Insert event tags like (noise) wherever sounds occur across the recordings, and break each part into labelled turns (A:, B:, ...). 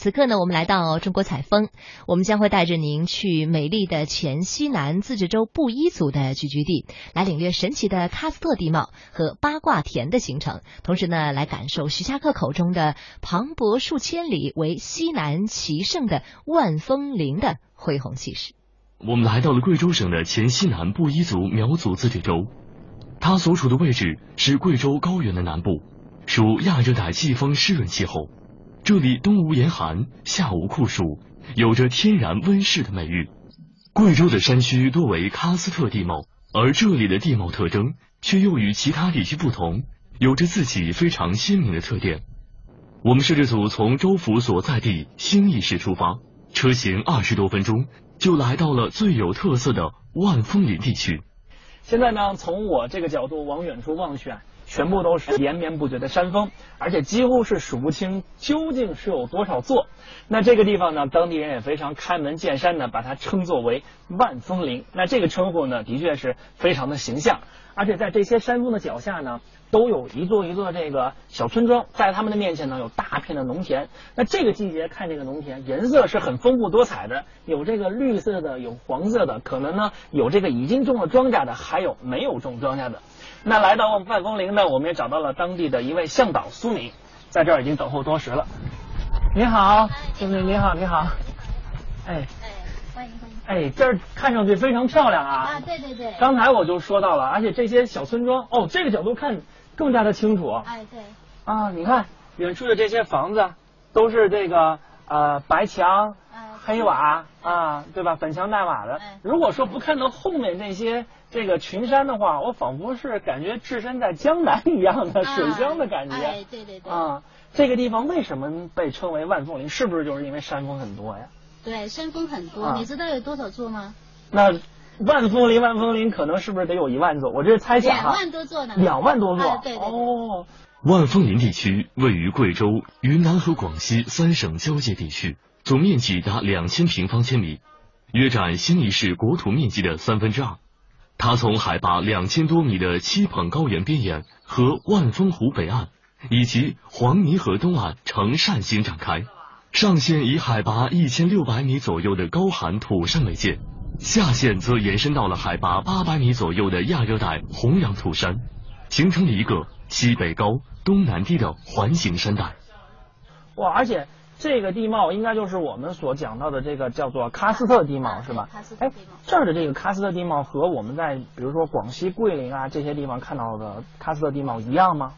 A: 此刻呢，我们来到呃中国采风，我们将会带着您去美丽的黔西南自治州布依族的聚居地，来领略神奇的喀斯特地貌和八卦田的形成，同时呢，来感受徐霞客口中的“磅礴数千里，为西南奇胜”的万峰林的恢宏气势。
B: 我们来到了贵州省的黔西南布依族苗族自治州，它所处的位置是贵州高原的南部，属亚热带季风湿润气候。这里冬无严寒，夏无酷暑，有着天然温室的美誉。贵州的山区多为喀斯特地貌，而这里的地貌特征却又与其他地区不同，有着自己非常鲜明的特点。我们摄制组从州府所在地兴义市出发，车行二十多分钟。就来到了最有特色的万峰林地区。
C: 现在呢，从我这个角度往远处望去啊，全部都是延绵不绝的山峰，而且几乎是数不清究竟是有多少座。那这个地方呢，当地人也非常开门见山的把它称作为万峰林。那这个称呼呢，的确是非常的形象。而且在这些山峰的脚下呢，都有一座一座这个小村庄，在他们的面前呢有大片的农田。那这个季节看这个农田，颜色是很丰富多彩的，有这个绿色的，有黄色的，可能呢有这个已经种了庄稼的，还有没有种庄稼的。那来到万峰林呢，我们也找到了当地的一位向导苏敏，在这儿已经等候多时了。你好，苏哦敏，你好，你好。哎，
D: 哎，欢迎欢迎。
C: 哎，这儿看上去非常漂亮
D: 啊，对对对。
C: 刚才我就说到了，而且这些小村庄，哦，这个角度看更加的清楚
D: 哎，对，
C: 啊！你看远处的这些房子，都是这个呃白墙、
D: 哎
C: 黑瓦啊，对吧？粉墙黛瓦的
D: 哎。
C: 如果说不看到后面这些这个群山的话，我仿佛是感觉置身在江南一样的水乡的感
D: 哎
C: 觉，
D: 对对对。
C: 啊。这个地方为什么被称为万凤林？是不是就是因为山峰很多呀？
D: 对，山峰很多，
C: 啊
D: 你知道有多少座吗？
C: 那万峰林，万峰林可能是不是得有一万座？我这是猜想啊
D: 两
C: 哈。
D: 万多座呢。
C: 两万多座、
D: 啊对对对
C: 哦，
B: 万峰林地区位于贵州、云南和广西三省交界地区，总面积达两千平方千米，约占兴义市国土面积的三分之二。它从海拔两千多米的七捧高原边沿和万峰湖北岸以及黄泥河东岸呈扇形展开，上线以海拔一千六百米左右的高寒土山为界，下线则延伸到了海拔八百米左右的亚热带红壤土山。形成了一个西北高、东南低的环形山带。
C: 哇！而且这个地貌应该就是我们所讲到的这个叫做喀斯特地貌，
D: 啊
C: 是吧
D: 对喀斯？特
C: 哎
D: 地貌，
C: 这儿的这个喀斯特地貌和我们在比如说广西桂林啊这些地方看到的喀斯特地貌一样吗？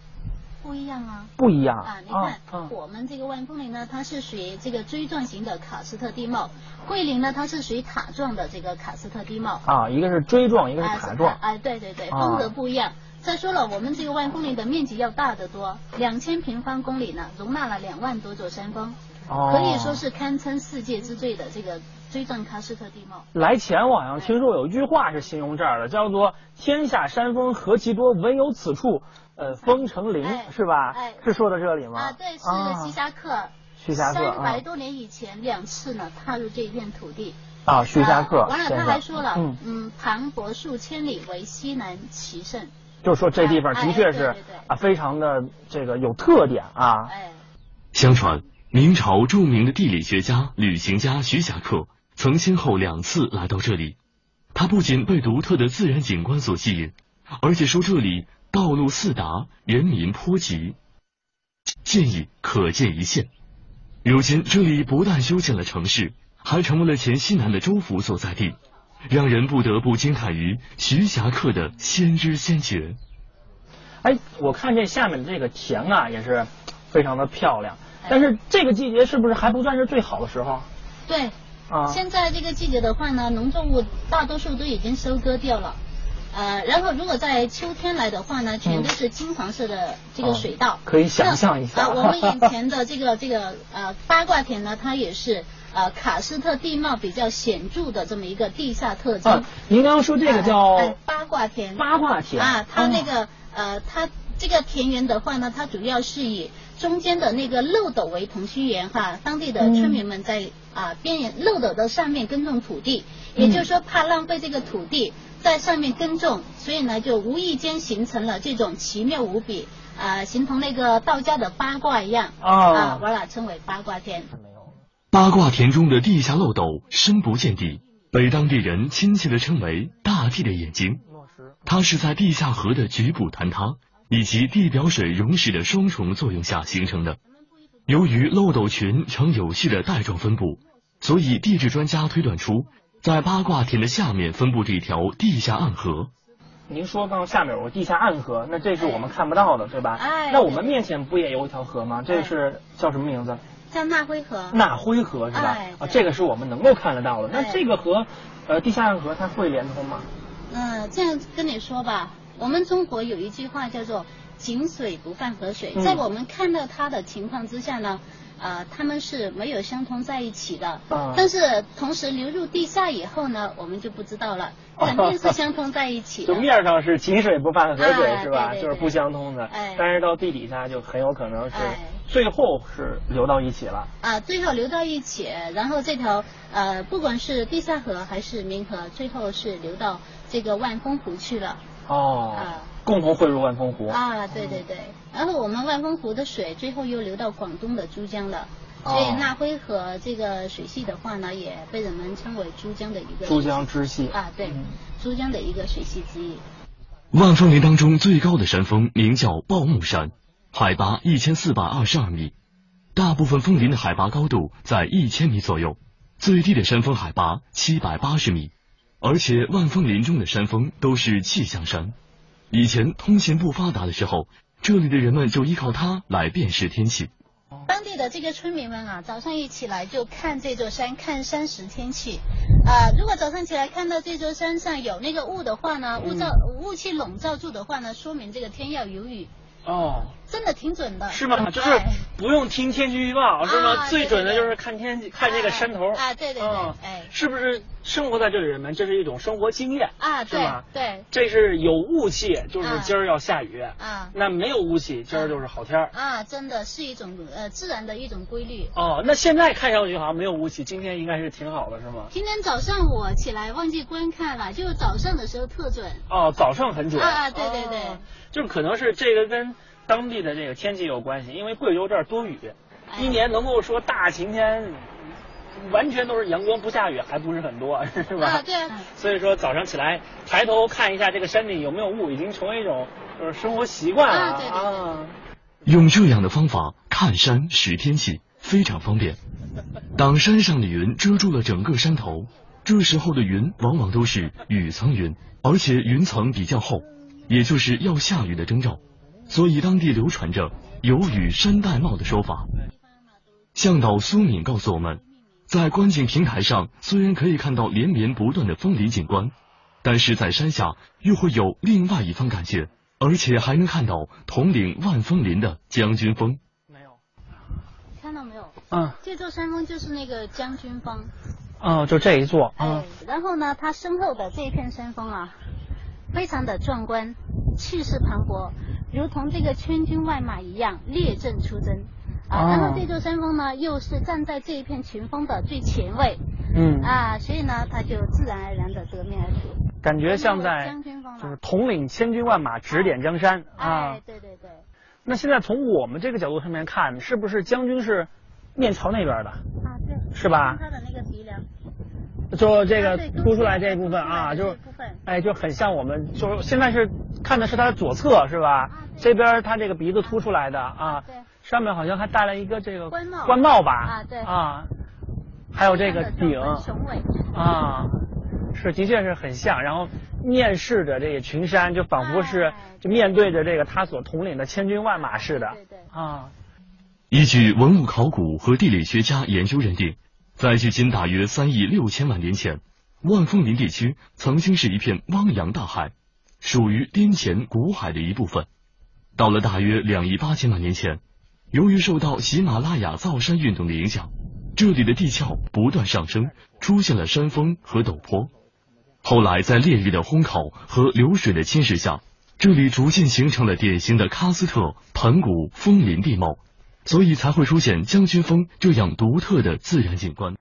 D: 不一样啊。
C: 不一样
D: 啊，你看，
C: 嗯
D: 我们这个万峰林呢，它是属于这个锥状型的喀斯特地貌；桂林呢，它是属于塔状的这个喀斯特地貌。
C: 啊，一个是锥状，一个是
D: 哎
C: 塔状
D: 哎、。对对对，
C: 啊
D: 风格不一样。再说了，我们这个万峰林的面积要大得多，两千平方公里呢，容纳了两万多座山峰，
C: 哦，
D: 可以说。是堪称世界之最的这个锥状喀斯特地貌。
C: 来前我好像听说有一句话是形容这儿的，叫做“天下山峰何其多，唯有此处，呃，峰成林”，
D: 哎
C: 是吧？
D: 哎
C: 是说的这里吗？
D: 啊，对，
C: 啊
D: 是徐霞客。
C: 徐霞客
D: 三
C: 啊
D: 百多年以前两次呢踏入这片土地。
C: 啊，徐霞客
D: 啊完了，
C: 先
D: 他
C: 生
D: 还说了，
C: 嗯
D: 嗯，磅礴数千里，为西南奇胜。
C: 就说这地方的确是
D: 哎哎对对对
C: 啊，非常的这个有特点啊。
D: 哎，
B: 相传，明朝著名的地理学家、旅行家徐霞客曾先后两次来到这里。他不仅被独特的自然景观所吸引，而且说这里道路四达，人民颇及，建议可见一线。如今，这里不但修建了城市，还成为了黔西南的州府所在地，让人不得不惊叹于徐霞客的先知先觉。
C: 哎，我看这下面这个田啊也是非常的漂亮
D: 哎，
C: 但是这个季节是不是还不算是最好的时候
D: 对，
C: 啊？
D: 现在这个季节的话呢，农作物大多数都已经收割掉了。呃，然后如果在秋天来的话呢，全都是金黄色的这个水稻。
C: 可以想象一下
D: 那啊、我们眼
C: (laughs)
D: 前的这个这个呃八卦田呢，它也是呃喀斯特地貌比较显著的这么一个地下特征。
C: 啊，您刚刚说这个
D: 哎
C: 叫
D: 哎八卦田。
C: 八卦田
D: 啊，它那
C: 哦
D: 个、呃，它这个田园的话呢，它主要是以中间的那个漏斗为同心圆哈，当地的
C: 嗯
D: 村民们在啊、边沿漏斗的上面耕种土地，也
C: 嗯
D: 就是说怕浪费这个土地，在上面耕种，所以呢就无意间形成了这种奇妙无比啊、形同那个道家的八卦一样
C: 哦
D: 啊，完了称为八卦田。
B: 八卦田中的地下漏斗深不见底，被当地人亲切地称为“大地的眼睛”。它是在地下河的局部坍塌以及地表水溶蚀的双重作用下形成的。由于漏斗群呈有序的带状分布，所以地质专家推断出，在八卦田的下面分布着一条地下暗河。
C: 您说刚刚下面有个地下暗河，那这是我们看不到的，对吧？
D: 哎
C: 那我们面前不也有一条河吗？这是叫什么名字？
D: 像纳辉河，
C: 纳灰河是吧？
D: 哎
C: 啊，
D: 对哎
C: 这个是我们能够看得到的。那
D: 对
C: 这个河，呃，地下暗河它会连通吗？
D: 嗯、这样跟你说吧，我们中国有一句话叫做“井水不犯河水”
C: 嗯
D: 在我们看到它的情况之下呢，呃，它们是没有相通在一起的。
C: 啊，
D: 但是同时流入地下以后呢，我们就不知
C: (laughs)
D: 道了，肯定是相通在一起
C: 就
D: 的。
C: 面上是井水不犯河水、
D: 哎
C: 是吧？
D: 对对
C: 就是不相通的。
D: 哎
C: 但是到地底下就很有可能是
D: 哎
C: 最后是流到一起了。
D: 啊，最后流到一起，然后这条呃，不管是地下河还是冥河，最后是流到这个万峰湖去了。
C: 哦，
D: 啊
C: 共同汇入万峰湖。
D: 啊，对对对。然后我们万峰湖的水最后又流到广东的珠江了，所以
C: 哦
D: 纳灰河这个水系的话呢，也被人们称为珠江的一个
C: 珠江支系。
D: 啊，对
C: 嗯，
D: 珠江的一个水系之一。
B: 万峰林当中最高的山峰名叫报木山，海拔一千四百二十二米，大部分峰林的海拔高度在一千米左右，最低的山峰海拔七百八十米，而且万峰林中的山峰都是气象山。以前通信不发达的时候，这里的人们就依靠它来辨识天气。
C: 哦
D: 当地的这个村民们啊，早上一起来就看这座山，看山时天气。呃，如果早上起来看到这座山上有那个雾的话呢，
C: 嗯
D: 雾罩雾气笼罩住的话呢，说明这个天要有雨，
C: 哦，
D: 真的挺准的。
C: 是吗？就是
D: 哎
C: 不用听天气预报，是吗？
D: 啊
C: 最准的
D: 对对对
C: 就是看天气，看这个山头。
D: 啊，对对对
C: 嗯，
D: 哎，
C: 是不是生活在这里的人们，这是一种生活经验？
D: 啊，
C: 是
D: 对
C: 吗
D: 对，
C: 这是有雾气，
D: 嗯
C: 就是今儿要下雨；
D: 啊
C: 那没有雾气，今儿就是好天儿。
D: 啊，真的是一种呃自然的一种规律。
C: 哦，那现在看上去好像没有雾气，今天应该是挺好的，是吗？
D: 今天早上我起来忘记观看了，就早上的时候特准。
C: 哦，早上很准。
D: 啊啊对对对
C: 哦就是可能是这个跟当地的这个天气有关系，因为贵州这儿多雨，
D: 哎
C: 一年能够说大晴天，完全都是阳光不下雨，还不是很多， (laughs) 是吧？
D: 啊，对啊，
C: 所以说早上起来抬头看一下这个山顶有没有雾，已经成为一种就是生活习惯了
D: 啊对对对
C: 啊
B: 用这样的方法看山识天气，非常方便。当山上的云遮住了整个山头，这时候的云往往都是雨层云，而且云层比较厚，也就是要下雨的征兆。所以当地流传着“有雨山戴帽”的说法。向导苏敏告诉我们，在观景平台上虽然可以看到连绵不断的枫林景观，但是在山下又会有另外一番感觉，而且还能看到统领万峰林的将军峰。
C: 没有
D: 看到没有？
C: 啊
D: 这座山峰就是那个将军峰。
C: 啊，就这一座
D: 哎，然后呢，它身后的这一片山峰啊，非常的壮观，气势磅礴，如同这个千军万马一样列阵出征。啊，
C: 哦
D: 然后这座山峰呢，又是站在这一片群峰的最前位
C: 嗯，
D: 啊，所以呢，它就自然而然的得面而出，
C: 感觉像在
D: 将军峰
C: 就是
D: 了。
C: 统领千军万马，指点江山啊
D: 哎，。对对对，
C: 那现在从我们这个角度上面看，是不是将军是面朝那边的，
D: 啊对，
C: 是吧？
D: 它的那个鼻梁，
C: 就这个
D: 啊对
C: 凸出来这一部分啊，就
D: 凸出来这一部分
C: 哎，就很像我们，就是现在是看的是它的左侧是吧？
D: 啊对
C: 这边它这个鼻子凸出来的啊，
D: 对，
C: 上面好像还戴了一个这个
D: 官帽
C: 官帽吧？
D: 啊对
C: 啊，还有这个
D: 看着
C: 顶
D: 就很雄伟。
C: 啊，是的确是很像，然后面视着这个群山，就仿佛是
D: 哎
C: 就面对着这个他所统领的千军万马似的
D: 对对对
C: 啊。
B: 依据文物考古和地理学家研究认定，在距今大约三亿六千万年前，万峰林地区曾经是一片汪洋大海，属于滇黔古海的一部分。到了大约两亿八千万年前，由于受到喜马拉雅造山运动的影响，这里的地壳不断上升，出现了山峰和陡坡。后来在烈日的烘烤和流水的侵蚀下，这里逐渐形成了典型的喀斯特盆谷枫林地貌。所以才会出现将军峰这样独特的自然景观。